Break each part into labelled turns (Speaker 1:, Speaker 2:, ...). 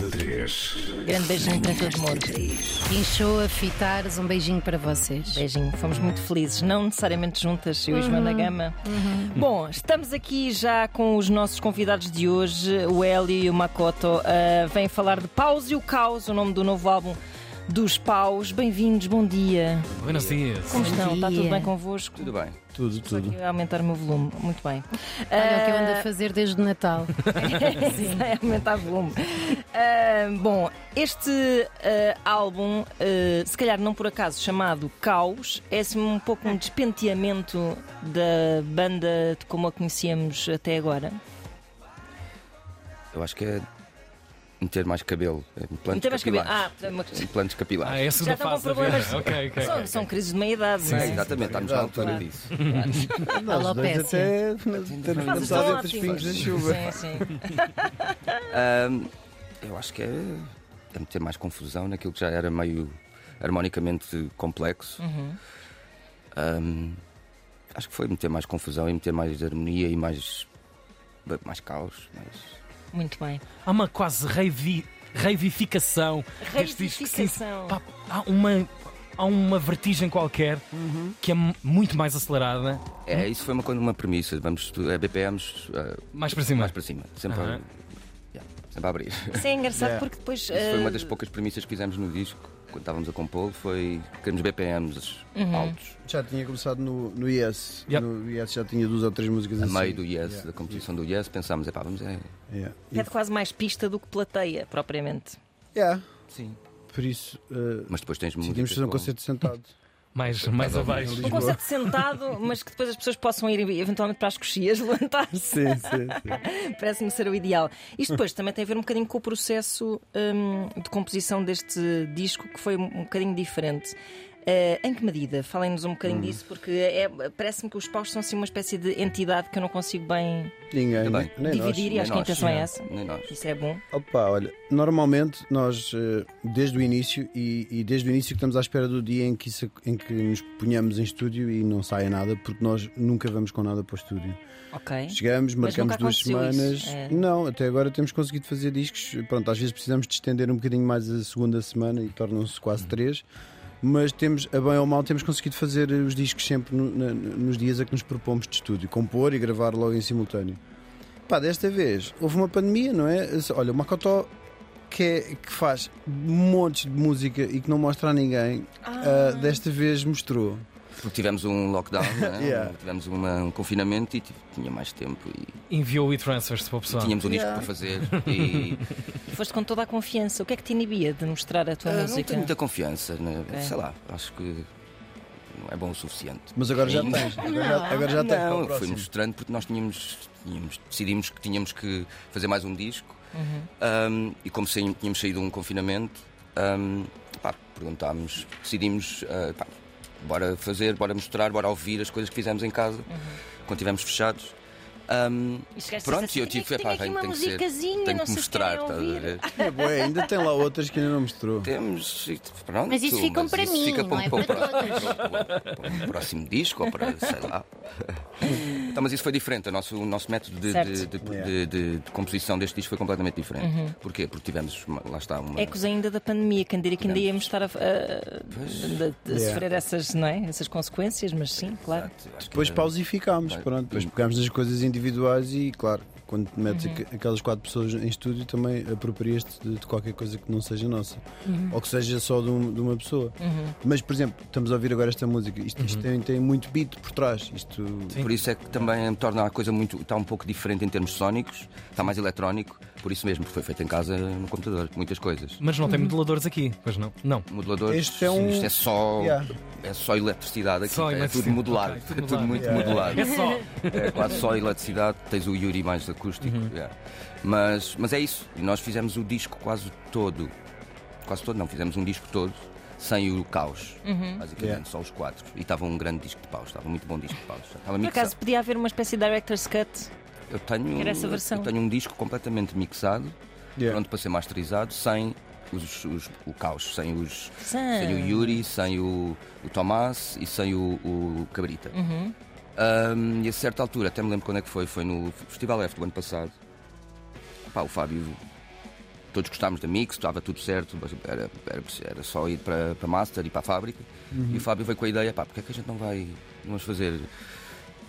Speaker 1: da 3.
Speaker 2: Grande beijinho para todos mortos. E show a fitares, um beijinho para vocês.
Speaker 3: Beijinho, fomos muito felizes, não necessariamente juntas, eu e João da Gama. Bom, estamos aqui já com os nossos convidados de hoje, o Hélio e o Makoto. ah, vêm falar de Paus e o Caos, o nome do novo álbum dos Paus. Bem-vindos, bom dia.
Speaker 4: Buenos dias.
Speaker 3: Como estão? Está tudo
Speaker 2: dia.
Speaker 3: bem convosco? Tudo bem. Tudo, tudo. Aqui a aumentar o meu volume, muito bem.
Speaker 2: Olha o que eu
Speaker 3: Ah,
Speaker 2: ando a fazer desde o Natal.
Speaker 3: Vai é aumentar o volume. Ah, bom, este ah, álbum, ah, se calhar não por acaso chamado Caos, é assim um pouco um despenteamento da banda de como a conhecíamos até agora.
Speaker 5: Eu acho que é meter mais cabelo. é Implantes
Speaker 3: Meter mais cabelo.
Speaker 5: capilares.
Speaker 3: Ah, é uma questão-
Speaker 5: Implantes capilares.
Speaker 4: Ah, é a
Speaker 3: Já
Speaker 4: segunda
Speaker 3: estão com
Speaker 4: fase da
Speaker 3: problemas.
Speaker 4: vida. Ok, ok.
Speaker 3: são,
Speaker 4: ok.
Speaker 3: são crises de meia idade, não
Speaker 5: Sim,
Speaker 3: é?
Speaker 5: exatamente, estamos na altura disso.
Speaker 6: Nós dois
Speaker 2: Alopecia.
Speaker 6: até
Speaker 5: Mas
Speaker 6: estamos
Speaker 3: Mas
Speaker 5: Estamos
Speaker 3: estão
Speaker 5: a
Speaker 6: passados entre
Speaker 3: ótimos.
Speaker 6: os pingos da chuva.
Speaker 3: Sim, sim.
Speaker 5: Ahm, eu acho que é, é meter mais confusão naquilo que já era meio harmonicamente complexo.
Speaker 3: Uhum.
Speaker 5: Ahm, acho que foi meter mais confusão e meter mais harmonia e mais, mais caos. mais-
Speaker 3: Muito bem.
Speaker 4: Há uma quase reivi... reivificação. deste disco que se-
Speaker 3: Reivindicação.
Speaker 4: Pá, há uma. Há uma vertigem qualquer que é mu- muito mais acelerada,
Speaker 5: É, isso foi uma coisa, uma premissa. Vamos, estu- é BPMs ah,
Speaker 4: mais para cima.
Speaker 5: mais para cima, então, sempre, a-
Speaker 4: Aham.
Speaker 5: yeah, sempre a abrir.
Speaker 3: Isso é engraçado porque depois.
Speaker 5: Isso foi uma das
Speaker 3: ah,
Speaker 5: poucas premissas que fizemos no disco quando estávamos a compô-lo foi queremos BPMs altos
Speaker 6: Já tinha começado no, no Yes.
Speaker 4: Yep.
Speaker 6: No Yes já tinha duas ou três músicas
Speaker 5: a
Speaker 6: assim.
Speaker 5: meio do Yes
Speaker 6: Yeah.
Speaker 5: da composição do Yes pensámos é pá vamos é
Speaker 6: Yeah.
Speaker 3: Pede quase mais pista do que plateia, propriamente.
Speaker 6: Yeah.
Speaker 5: sim
Speaker 6: Por isso, eh,
Speaker 5: mas depois tens
Speaker 6: decidimos
Speaker 5: músicas
Speaker 6: fazer um
Speaker 5: com-
Speaker 6: concerto sentado.
Speaker 4: Mais, mais abaixo.
Speaker 3: Um concerto sentado, mas que depois as pessoas possam ir eventualmente para as coxias levantar-se.
Speaker 6: Sim, sim, sim.
Speaker 3: Parece-me ser o ideal. Isto depois também tem a ver um bocadinho com o processo hum, de composição deste disco, que foi um um bocadinho diferente. Eh, em que medida? Falem-nos um
Speaker 5: Hum.
Speaker 3: bocadinho disso, porque é- parece-me que os paus são assim uma espécie de entidade que eu não consigo bem
Speaker 6: Ninguém.
Speaker 5: Também.
Speaker 6: Nem
Speaker 3: dividir, e
Speaker 5: nem
Speaker 3: acho que a
Speaker 5: nós,
Speaker 3: intenção é
Speaker 5: não.
Speaker 3: essa.
Speaker 5: nem nós
Speaker 3: Isso é bom.
Speaker 6: nós. Opa, olha, normalmente nós, eh, desde o início, e, e desde o início que estamos à espera do dia em que, isso- em que nos ponhamos em estúdio e não saia nada, porque nós nunca vamos com nada para o estúdio.
Speaker 3: Ok.
Speaker 6: Chegamos,
Speaker 3: Mas
Speaker 6: marcamos
Speaker 3: nunca
Speaker 6: duas
Speaker 3: aconteceu
Speaker 6: semanas.
Speaker 3: isso, é.
Speaker 6: Não, até agora temos conseguido fazer discos. Pronto, às vezes precisamos de estender um bocadinho mais a segunda semana e tornam-se quase
Speaker 3: Hum.
Speaker 6: três. Mas temos, a bem ou mal, temos conseguido fazer os discos sempre no- na- nos dias a que nos propomos de estúdio, compor e gravar logo em simultâneo. Pá, desta vez houve uma pandemia, não é? Olha, o Makoto que, é- que faz montes de música e que não mostra a ninguém,
Speaker 5: Eh,
Speaker 6: ah, desta vez mostrou.
Speaker 5: porque tivemos um lockdown né?
Speaker 6: Yeah.
Speaker 5: tivemos uma- um confinamento e tive- tinha mais tempo e
Speaker 4: Enviou e transfers para o pessoal.
Speaker 5: tínhamos um disco
Speaker 6: Yeah.
Speaker 5: para fazer e
Speaker 3: E foste com toda a confiança. O que é que te inibia de mostrar a tua
Speaker 5: Ah, não
Speaker 3: música?
Speaker 5: tenho muita confiança né?
Speaker 3: Ok.
Speaker 5: sei lá acho que não é bom o suficiente
Speaker 6: Mas agora já
Speaker 5: Sim.
Speaker 6: tens. Agora já, agora já tens. para o
Speaker 5: Não, fui
Speaker 6: próximo.
Speaker 5: mostrando porque nós tínhamos, tínhamos- decidimos que tínhamos que fazer mais um disco
Speaker 3: Uhum.
Speaker 5: Um, e como saí- tínhamos saído de um confinamento, um, pá, perguntámos, decidimos, uh, pá, bora fazer, bora mostrar, bora ouvir as coisas que fizemos em casa
Speaker 3: Uhum.
Speaker 5: quando estivemos fechados. Um,
Speaker 3: E chegaste a
Speaker 5: pronto,
Speaker 3: dizer
Speaker 5: eu
Speaker 3: assim,
Speaker 5: tive,
Speaker 3: "Tenho
Speaker 5: epá,
Speaker 3: aqui
Speaker 5: tenho-
Speaker 3: uma
Speaker 5: tenho que ser-
Speaker 3: musicazinha,
Speaker 5: tenho
Speaker 3: não
Speaker 5: que
Speaker 3: sei se querem
Speaker 5: mostrar, estás a
Speaker 3: ouvir."
Speaker 5: ver?
Speaker 6: É bué, ainda tem lá outras que ainda não mostrou.
Speaker 5: Temos, e pronto.
Speaker 7: Mas isso ficam para
Speaker 5: isso
Speaker 7: mim,
Speaker 5: fica
Speaker 7: não é
Speaker 5: um-
Speaker 7: para
Speaker 5: para- para um próximo disco ou para, sei lá. Então, mas isso foi diferente. O nosso, o nosso método de,
Speaker 3: Certo.
Speaker 5: de- de- de- de- de composição deste disco foi completamente diferente.
Speaker 7: Uhum.
Speaker 5: Porquê? Porque tivemos, uma- lá está,
Speaker 7: É
Speaker 5: uma.
Speaker 3: Ecos É ainda da pandemia, quem diria que ainda íamos estar a, a- a- a- a sofrer essas, não é? essas consequências, mas sim, claro.
Speaker 5: é.
Speaker 6: Depois pausificámos, pronto. Depois pegámos nas coisas individuais e, claro, quando metes aqu- aquelas quatro pessoas em estúdio, também aproprias-te de, de qualquer coisa que não seja nossa. Ou que seja só de, um- de uma pessoa. Mas, por exemplo, estamos a ouvir agora esta música. Isto, isto tem, tem muito beat por trás. Isto.
Speaker 5: Por isso é que também torna a coisa muito. Está um pouco diferente em termos sónicos, está mais eletrónico. Por isso mesmo, foi feito em casa no computador, muitas coisas.
Speaker 4: Mas não tem modeladores aqui, pois não? Não.
Speaker 5: Modulador,
Speaker 6: Este é um-
Speaker 5: isto é só,
Speaker 6: Yeah.
Speaker 5: é só eletricidade aqui,
Speaker 4: Só
Speaker 5: é
Speaker 4: eletricidade.
Speaker 5: tudo modulado,
Speaker 4: Ok,
Speaker 5: é
Speaker 4: tudo
Speaker 5: tudo,
Speaker 4: modulado.
Speaker 5: muito
Speaker 6: Yeah.
Speaker 5: modulado.
Speaker 4: É só.
Speaker 5: É quase só eletricidade, tens o Yuri mais acústico.
Speaker 6: Uhum.
Speaker 5: yeah. Mas, mas é isso, E nós fizemos o disco quase todo. Quase todo, não, fizemos um disco todo sem o caos,
Speaker 3: Uhum.
Speaker 5: basicamente,
Speaker 6: Yeah.
Speaker 5: só os quatro. E estava um grande disco de paus, estava um muito bom disco de paus. Estava
Speaker 3: Por
Speaker 5: mixado.
Speaker 3: acaso podia haver uma espécie de director's cut.
Speaker 5: Eu tenho,
Speaker 3: Era essa versão.
Speaker 5: eu tenho um disco completamente mixado,
Speaker 6: Yeah.
Speaker 5: pronto para ser masterizado, sem os- os- o caos, sem os.
Speaker 3: Sim.
Speaker 5: Sem o Yuri, sem o, o Tomás e sem o, o Cabrita. Ahm, e a certa altura, até me lembro quando é que foi, foi no Festival F do ano passado. Pá, o Fábio todos gostámos da mix, estava tudo certo, mas era, era, era só ir para, para a Master e para a fábrica. E o Fábio veio com a ideia: pá, porque é que a gente não vai. Não vamos fazer.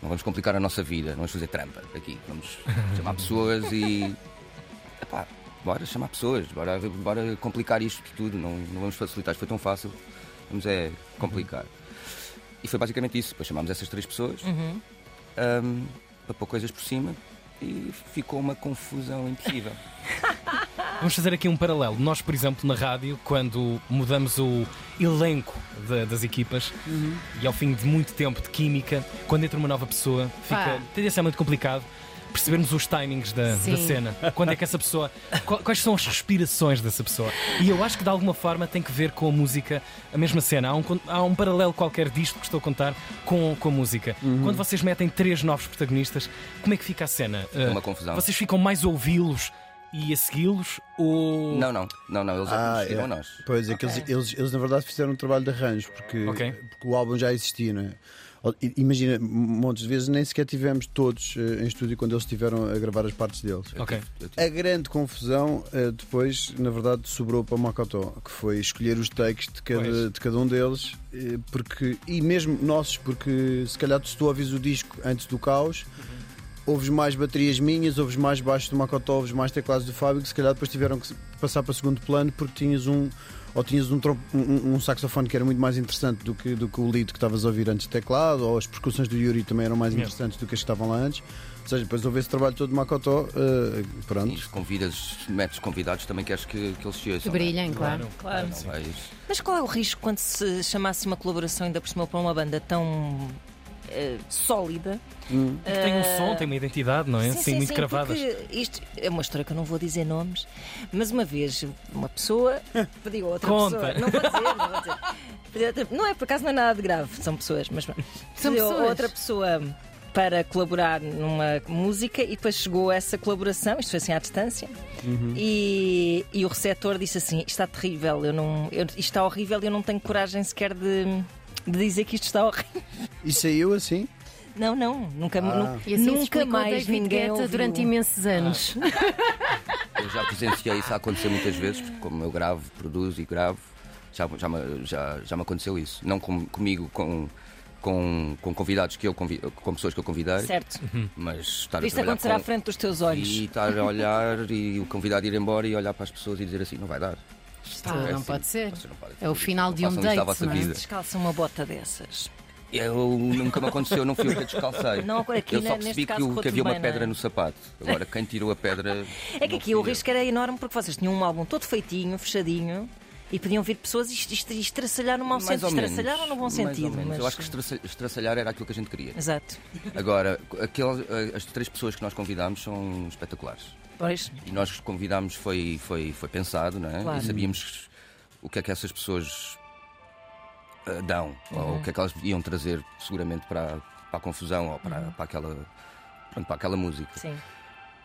Speaker 5: Não vamos complicar a nossa vida, não vamos fazer trampa aqui. Vamos chamar pessoas e. Epá, bora chamar pessoas, bora, bora complicar isto tudo, não, não vamos facilitar, isto foi tão fácil, vamos é complicar. E foi basicamente isso, depois chamámos essas três pessoas ahm, para pôr coisas por cima e ficou uma confusão impossível.
Speaker 4: Vamos fazer aqui um paralelo. Nós, por exemplo, na rádio, quando mudamos o elenco da- das equipas
Speaker 2: Uhum.
Speaker 4: e ao fim de muito tempo de química, quando entra uma nova pessoa,
Speaker 2: Pá.
Speaker 4: fica tendencialmente complicado percebermos os timings da, da
Speaker 2: Sim.
Speaker 4: cena. Quando é que essa pessoa. qual- Quais são as respirações dessa pessoa? E eu acho que de alguma forma tem que ver com a música, a mesma cena. Há um, con- há um paralelo qualquer disto que estou a contar com, com a música.
Speaker 2: Uhum.
Speaker 4: Quando vocês metem três novos protagonistas, como é que fica a cena? Ah,
Speaker 5: uma confusão.
Speaker 4: Vocês ficam mais a ouvi-los e a segui-los ou.
Speaker 5: Não, não, não, não, eles
Speaker 6: Ah,
Speaker 5: ah,
Speaker 6: é.
Speaker 5: a nós.
Speaker 6: Pois é, que eles, eles, eles, na verdade fizeram um trabalho de arranjo, porque,
Speaker 4: Ok.
Speaker 6: porque o álbum já existia, não é? Ou- i- Imagina, montes de vezes nem sequer tivemos todos eh, em estúdio quando eles estiveram a gravar as partes deles.
Speaker 4: Ok.
Speaker 5: Eu tive-
Speaker 6: A grande confusão eh, depois, na verdade, sobrou para o Makoto, que foi escolher os takes de cada,
Speaker 4: Pois.
Speaker 6: de cada um deles, eh, porque, e mesmo nossos, porque se calhar se tu ouvis o disco antes do caos, ouves mais baterias minhas, ouves mais baixo do Makoto, ouves mais teclados do Fábio, que se calhar depois tiveram que se- passar para segundo plano porque tinhas um. Ou tinhas um, trom- um- um- um saxofone que era muito mais interessante do que, do que o lead que estavas a ouvir antes de teclado, ou as percussões do Yuri também eram mais
Speaker 4: Yeah.
Speaker 6: interessantes do que as que estavam lá antes. Ou seja, depois de ouvir esse trabalho todo de Makoto, eh, pronto.
Speaker 5: E convidas, metes convidados também queres que, que eles cheguem.
Speaker 2: Que brilhem, claro.
Speaker 3: Claro.
Speaker 5: Não vais-
Speaker 3: Mas qual é o risco quando se chamasse uma colaboração ainda por cima para uma banda tão eh, sólida?
Speaker 4: Porque tem um som, tem uma identidade, não é? Sim, muito cravadas.
Speaker 3: porque Isto é uma história que eu não vou dizer nomes, mas uma vez uma pessoa pediu a outra
Speaker 4: Conta.
Speaker 3: pessoa. Não vou dizer, não vou dizer. Pediu a outra- Não é, por acaso não é nada de grave, são pessoas, mas pronto.
Speaker 2: São
Speaker 3: Pediu a
Speaker 2: pessoas.
Speaker 3: outra pessoa para colaborar numa música e depois chegou essa colaboração, isto foi assim à distância,
Speaker 4: Uhum.
Speaker 3: e, e o receptor disse assim: Isto está terrível, eu não, eu- isto está horrível e eu não tenho coragem sequer de, de dizer que isto está horrível.
Speaker 6: E saiu assim?
Speaker 3: Não, não, nunca,
Speaker 4: Ah.
Speaker 3: nu-
Speaker 2: E assim se
Speaker 3: nunca
Speaker 2: explicou
Speaker 3: mais
Speaker 2: David
Speaker 3: ninguém.
Speaker 2: Guetta
Speaker 3: ouviu.
Speaker 2: durante imensos anos.
Speaker 5: Eu já presenciei isso a acontecer muitas vezes, porque como eu gravo, produzo e gravo, já, já, me- já, já me aconteceu isso. Não com- comigo, com, com, com convidados que eu convi- com pessoas que eu convidei,
Speaker 3: Certo.
Speaker 5: mas estar
Speaker 3: Isto
Speaker 5: a trabalhar
Speaker 3: acontecer à
Speaker 5: com-
Speaker 3: frente dos teus olhos.
Speaker 5: e estar a olhar e o convidado ir embora e olhar para as pessoas e dizer assim, não vai dar.
Speaker 2: Pá,
Speaker 5: É
Speaker 2: não
Speaker 5: assim,
Speaker 2: pode ser.
Speaker 5: vocês não podem
Speaker 2: É o
Speaker 5: fazer
Speaker 2: final
Speaker 5: isto,
Speaker 2: de um
Speaker 5: não façam isto à
Speaker 2: date,
Speaker 5: vossa
Speaker 2: não é?
Speaker 5: vida.
Speaker 3: Descalça uma bota dessas.
Speaker 5: Eu nunca me aconteceu, não fui eu que descalcei.
Speaker 3: Não, aqui
Speaker 5: eu só
Speaker 3: na-
Speaker 5: percebi
Speaker 3: neste
Speaker 5: que,
Speaker 3: caso
Speaker 5: o-
Speaker 3: correu
Speaker 5: que havia
Speaker 3: tudo
Speaker 5: uma
Speaker 3: bem, não é?
Speaker 5: pedra no sapato. Agora, quem tirou a pedra.
Speaker 3: É que aqui
Speaker 5: não
Speaker 3: o
Speaker 5: fui eu.
Speaker 3: risco era enorme porque vocês tinham um álbum todo feitinho, fechadinho, e podiam vir pessoas e est- est- estraçalhar no mau
Speaker 5: Mais
Speaker 3: sentido.
Speaker 5: ou menos.
Speaker 3: Estraçalhar ou no bom
Speaker 5: Mais ou
Speaker 3: sentido?
Speaker 5: menos.
Speaker 3: mas-
Speaker 5: Eu acho que estraça- estraçalhar era aquilo que a gente queria.
Speaker 3: Exato.
Speaker 5: Agora, aquele- as três pessoas que nós convidámos são espetaculares.
Speaker 3: Pois.
Speaker 5: E nós que convidámos foi, foi, foi pensado, não é?
Speaker 3: Claro.
Speaker 5: E sabíamos o que é que essas pessoas ah, dão,
Speaker 3: Uhum.
Speaker 5: ou o que é que elas iam trazer seguramente para, para a confusão ou
Speaker 3: Uhum.
Speaker 5: para, para, aquela, pronto, para aquela música.
Speaker 3: Sim.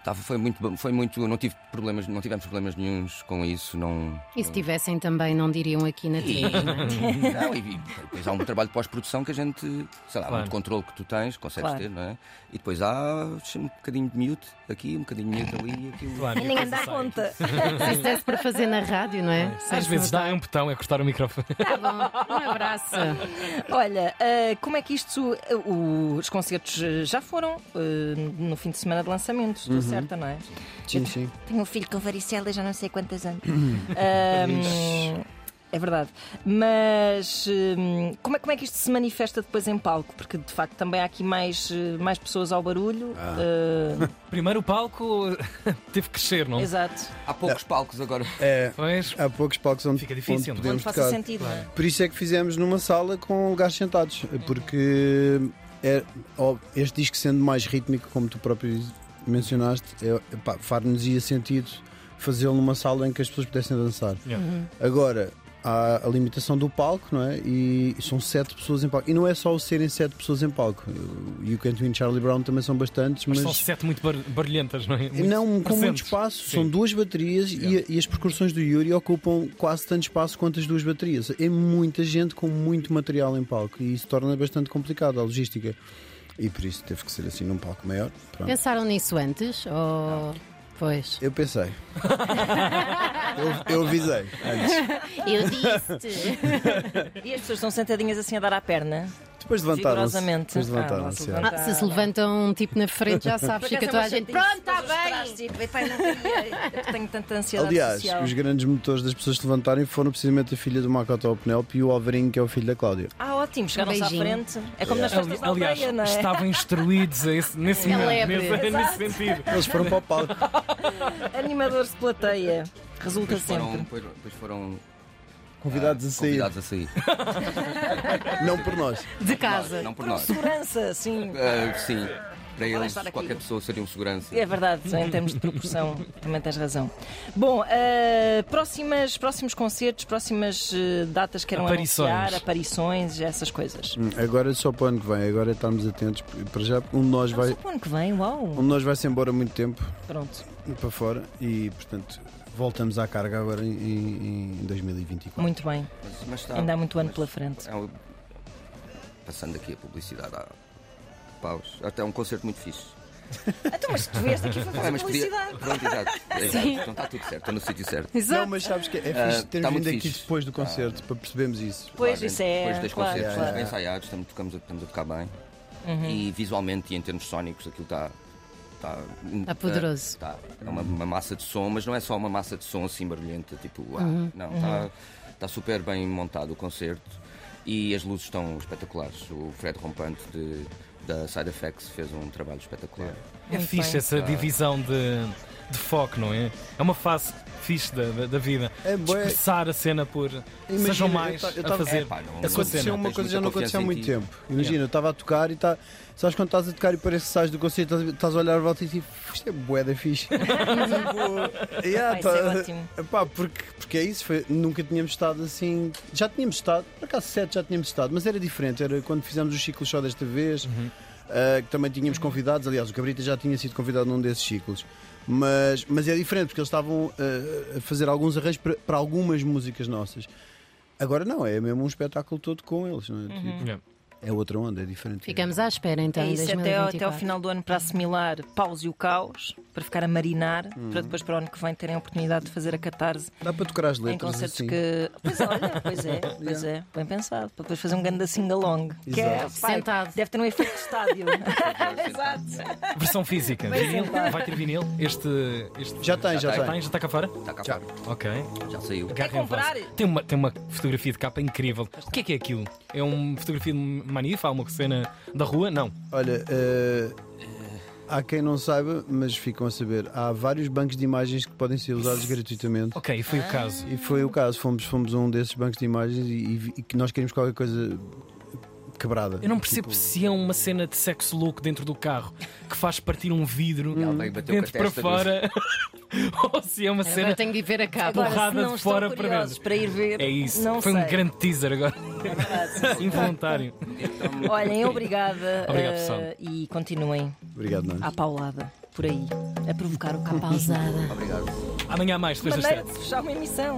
Speaker 5: Tava- foi muito, bom- foi muito, não tive problemas, não tivemos problemas nenhums com isso, não.
Speaker 2: E se tivessem também, não diriam aqui na
Speaker 5: E,
Speaker 2: tia. não é?
Speaker 5: não, e, e depois há um trabalho de pós-produção que a gente, sei lá, há
Speaker 4: Claro.
Speaker 5: muito controle que tu tens, consegues
Speaker 3: Claro.
Speaker 5: ter, não é? E depois há um bocadinho de mute aqui, um bocadinho de mute ali e aquilo.
Speaker 4: Claro, e a
Speaker 3: Ninguém
Speaker 4: coisa
Speaker 3: dá
Speaker 4: sai.
Speaker 3: conta.
Speaker 2: Se isso desse para fazer na rádio, não é?
Speaker 4: Às vezes dá é um botão, é cortar o microfone.
Speaker 2: Tá bom. Um abraço.
Speaker 3: Olha, ah, como é que isto. ah, o- os concertos ah, já foram ah, no fim de semana de lançamento,
Speaker 5: Uhum.
Speaker 3: estou certa, não é?
Speaker 6: Sim, sim.
Speaker 3: Tenho um filho com varicela já não sei quantos anos. Ahm, é verdade. Mas hum, como é, como é que isto se manifesta depois em palco? Porque de facto também há aqui mais, eh, mais pessoas ao barulho. Ah,
Speaker 4: Primeiro o palco teve que crescer, não? é?
Speaker 3: exato.
Speaker 5: Há poucos palcos agora.
Speaker 6: É,
Speaker 4: Pois.
Speaker 6: há poucos palcos onde,
Speaker 4: Fica difícil,
Speaker 6: onde
Speaker 4: não é?
Speaker 3: Onde
Speaker 6: podemos
Speaker 3: faça
Speaker 6: tocar.
Speaker 3: sentido. não é?
Speaker 6: Por isso é que fizemos numa sala com lugares sentados, porque é, ó, este disco sendo mais rítmico, como tu próprio mencionaste, é, pá, far-nos ia sentido fazê-lo numa sala em que as pessoas pudessem dançar.
Speaker 4: Yeah.
Speaker 3: Uhum.
Speaker 6: Agora, há a limitação do palco, não é? E são sete pessoas em palco. E não é só o serem sete pessoas em palco. E o Canto e Charlie Brown também são bastantes,
Speaker 4: Mas
Speaker 6: mas.
Speaker 4: são sete muito bar- barulhentas, não é? Muito
Speaker 6: não, com muito
Speaker 4: presentes.
Speaker 6: espaço,
Speaker 4: Sim.
Speaker 6: são duas baterias e a- e, as percussões do Yuri ocupam quase tanto espaço quanto as duas baterias. É muita gente com muito material em palco e isso torna bastante complicado a logística. E por isso teve que ser assim num palco maior. Pronto.
Speaker 2: Pensaram nisso antes? Ou... Pois.
Speaker 6: Eu pensei. eu, eu avisei antes.
Speaker 1: Eu disse-te.
Speaker 3: E as pessoas estão sentadinhas assim a dar à perna.
Speaker 6: Depois levantaram-se.
Speaker 3: Vigorosamente.
Speaker 6: Depois levantaram-se.
Speaker 3: Ah,
Speaker 6: é.
Speaker 2: Ah, se se levantam tipo na frente, já sabes,
Speaker 3: é
Speaker 2: fica toda a gente. Pronto, está bem!
Speaker 3: tipo, bem. Tenho tanta ansiedade
Speaker 6: Aliás,
Speaker 3: social.
Speaker 6: os grandes motores das pessoas se levantarem foram precisamente a filha do Makoto ao Penelope e o Alvarinho, que é o filho da Cláudia.
Speaker 3: Ah, ótimo, chegaram-se à
Speaker 2: beijinho.
Speaker 3: frente. É como nas festas da
Speaker 4: aliás,
Speaker 3: aldeia, não é?
Speaker 4: estavam instruídos a esse- nesse,
Speaker 2: É
Speaker 4: momento,
Speaker 2: lebre.
Speaker 4: nesse- nesse
Speaker 3: Exato.
Speaker 4: sentido.
Speaker 6: Eles foram para o palco.
Speaker 3: Animadores de plateia. Resulta
Speaker 5: Depois foram,
Speaker 3: sempre.
Speaker 5: depois, depois foram
Speaker 6: Convidados a sair.
Speaker 5: convidados a sair.
Speaker 6: Não por nós.
Speaker 2: De casa.
Speaker 5: Não por nós.
Speaker 3: Segurança, sim.
Speaker 5: Ah, sim, para eles,
Speaker 3: estar aqui.
Speaker 5: qualquer pessoa seria um segurança.
Speaker 3: É verdade, em termos de proporção, também tens razão. Bom, eh, próximas, próximos concertos, próximas eh, datas que queiram
Speaker 4: Aparições.
Speaker 3: anunciar, aparições, essas coisas.
Speaker 6: Hum, Agora só para o ano que vem, agora é estarmos atentos. Para já, um de nós vai.
Speaker 3: Só para o ano que vem,
Speaker 6: Um
Speaker 3: uau!
Speaker 6: de nós vai-se embora há muito tempo
Speaker 3: Pronto,
Speaker 6: para fora e, portanto, voltamos à carga agora em, em 2024.
Speaker 3: muito bem.
Speaker 5: Mas, mas está-
Speaker 3: Ainda há muito ano
Speaker 5: Ah, mas-
Speaker 3: pela frente.
Speaker 5: É um- Passando aqui a publicidade à paus. Até é um concerto muito fixe.
Speaker 3: Então, mas tu vieste aqui foi
Speaker 5: Ah,
Speaker 3: fazer
Speaker 5: mas podia-
Speaker 3: publicidade.
Speaker 5: Pronto, exato. exato. Então está tudo certo, estou no sítio certo.
Speaker 6: Não,
Speaker 2: Exato.
Speaker 6: mas sabes que é
Speaker 5: Ah,
Speaker 6: fixe Ah.
Speaker 5: tá
Speaker 6: termos
Speaker 5: muito
Speaker 6: vindo aqui
Speaker 5: fixe.
Speaker 6: depois do concerto para percebermos isso.
Speaker 3: Pois,
Speaker 5: Claramente,
Speaker 3: isso é.
Speaker 5: Depois dos
Speaker 3: claro,
Speaker 5: concertos,
Speaker 3: claro. Uhum.
Speaker 5: bem ensaiados, estamos, tocamos, estamos a tocar bem. E visualmente e em termos sónicos, aquilo tá, está. Está
Speaker 3: Tá
Speaker 2: Está poderoso.
Speaker 5: Está. É uma, uma massa de som, mas não é só uma massa de som assim barulhenta, tipo. uau.
Speaker 3: Uhum,
Speaker 5: Não, está está super bem montado o concerto e as luzes estão espetaculares. O Fred Rompante de- da Side Effects fez um trabalho espetacular.
Speaker 4: É
Speaker 3: Muito
Speaker 4: fixe
Speaker 3: bem.
Speaker 4: essa divisão de, de foco, não é? É uma fase fixe da, da- da vida.
Speaker 6: É bué.
Speaker 4: Expressar a cena por.
Speaker 3: Uhum.
Speaker 6: Imagina,
Speaker 4: sejam
Speaker 6: eu
Speaker 4: mais
Speaker 6: ta- eu
Speaker 4: a
Speaker 6: tava-
Speaker 4: fazer
Speaker 5: É, pá, não-
Speaker 4: a sua
Speaker 5: aconteceu
Speaker 4: cena.
Speaker 6: Aconteceu uma
Speaker 5: tens
Speaker 6: coisa que
Speaker 5: muita
Speaker 6: já não
Speaker 5: confiança
Speaker 6: aconteceu há
Speaker 5: em
Speaker 6: muito
Speaker 5: ti.
Speaker 6: tempo. Imagina, eu estava a tocar e está. Sabes quando estás a tocar e parece que sais do concerto, estás- estás a olhar a volta e tipo, isto é boeda fixe. tipo, yeah,
Speaker 3: Vai
Speaker 4: Ah,
Speaker 3: ser
Speaker 6: tá-
Speaker 3: ótimo.
Speaker 6: Epá, porque, porque é isso, foi- nunca tínhamos estado assim. Já tínhamos estado, por acaso sete já tínhamos estado, mas era diferente, era quando fizemos o ciclo só desta vez, ah, que também tínhamos convidados, aliás, o Cabrita já tinha sido convidado num desses ciclos. Mas, mas é diferente, porque eles estavam ah, a fazer alguns arranjos para, para algumas músicas nossas. Agora não, é mesmo um espetáculo todo com eles, não é? Tipo,
Speaker 4: Yeah.
Speaker 6: é outra onda, é diferente.
Speaker 2: Ficamos à espera
Speaker 4: Tá,
Speaker 2: então
Speaker 3: É
Speaker 2: em
Speaker 3: isso, até, ao- até
Speaker 2: 2024.
Speaker 3: ao final do ano para assimilar paus e o caos, para ficar a marinar,
Speaker 6: Hum.
Speaker 3: para depois para o ano que vem terem a oportunidade de fazer a catarse
Speaker 6: Dá para tocar as
Speaker 3: em
Speaker 6: letras
Speaker 3: concertos
Speaker 6: assim.
Speaker 3: que. Pois olha, pois é, pois é, bem pensado. Para depois fazer um grande sing-along. Que é,
Speaker 6: Exato.
Speaker 3: pá,
Speaker 2: Sentado.
Speaker 3: Deve ter um efeito de estádio. Exato.
Speaker 4: Versão física. Vinil?
Speaker 3: então.
Speaker 4: Vai ter vinil? Este. este...
Speaker 6: Já tem,
Speaker 4: Já
Speaker 6: já tem.
Speaker 4: tem? Já está cá fora?
Speaker 5: Está Tá cá
Speaker 6: Já.
Speaker 5: fora.
Speaker 4: Ok.
Speaker 5: Já saiu.
Speaker 4: Agarrem o vaso.
Speaker 3: comprar?
Speaker 4: Tem uma, tem uma fotografia de capa incrível. O que é que é aquilo? É uma fotografia de manifa? Uma cena da rua? Não.
Speaker 6: Olha, eh, há quem não saiba, mas ficam a saber. Há vários bancos de imagens que podem ser usados gratuitamente.
Speaker 4: Ok, foi
Speaker 3: Ah.
Speaker 4: o caso.
Speaker 6: E foi o caso, fomos, fomos a um desses bancos de imagens e, e- e que nós queríamos qualquer coisa quebrada. Tipo,
Speaker 4: Eu não percebo
Speaker 5: Tipo-
Speaker 4: se é uma cena de sexo louco dentro do carro que faz partir um vidro
Speaker 5: Ela veio e bateu com a
Speaker 4: dentro para
Speaker 5: testa no-
Speaker 4: fora ou se é uma
Speaker 2: Agora
Speaker 4: cena.
Speaker 2: tenho de ir ver a capa.
Speaker 4: Agora- Porrada
Speaker 3: se não
Speaker 4: de
Speaker 3: estão
Speaker 4: fora para
Speaker 3: curiosos
Speaker 4: dentro.
Speaker 3: para ir ver.
Speaker 4: É isso.
Speaker 3: Não
Speaker 4: foi
Speaker 3: sei.
Speaker 4: um grande teaser agora.
Speaker 3: É verdade.
Speaker 4: Involuntário.
Speaker 5: Então,
Speaker 3: Olhem, obrigada.
Speaker 4: Obrigado,
Speaker 3: eh,
Speaker 4: pessoal.
Speaker 3: e continuem
Speaker 6: Obrigado, Nuno.
Speaker 3: à paulada, por aí, a provocar o capaz.
Speaker 2: Pausada.
Speaker 5: Obrigado.
Speaker 4: Amanhã há mais, depois das
Speaker 3: Maneira
Speaker 4: sete.
Speaker 3: de se fechar uma emissão.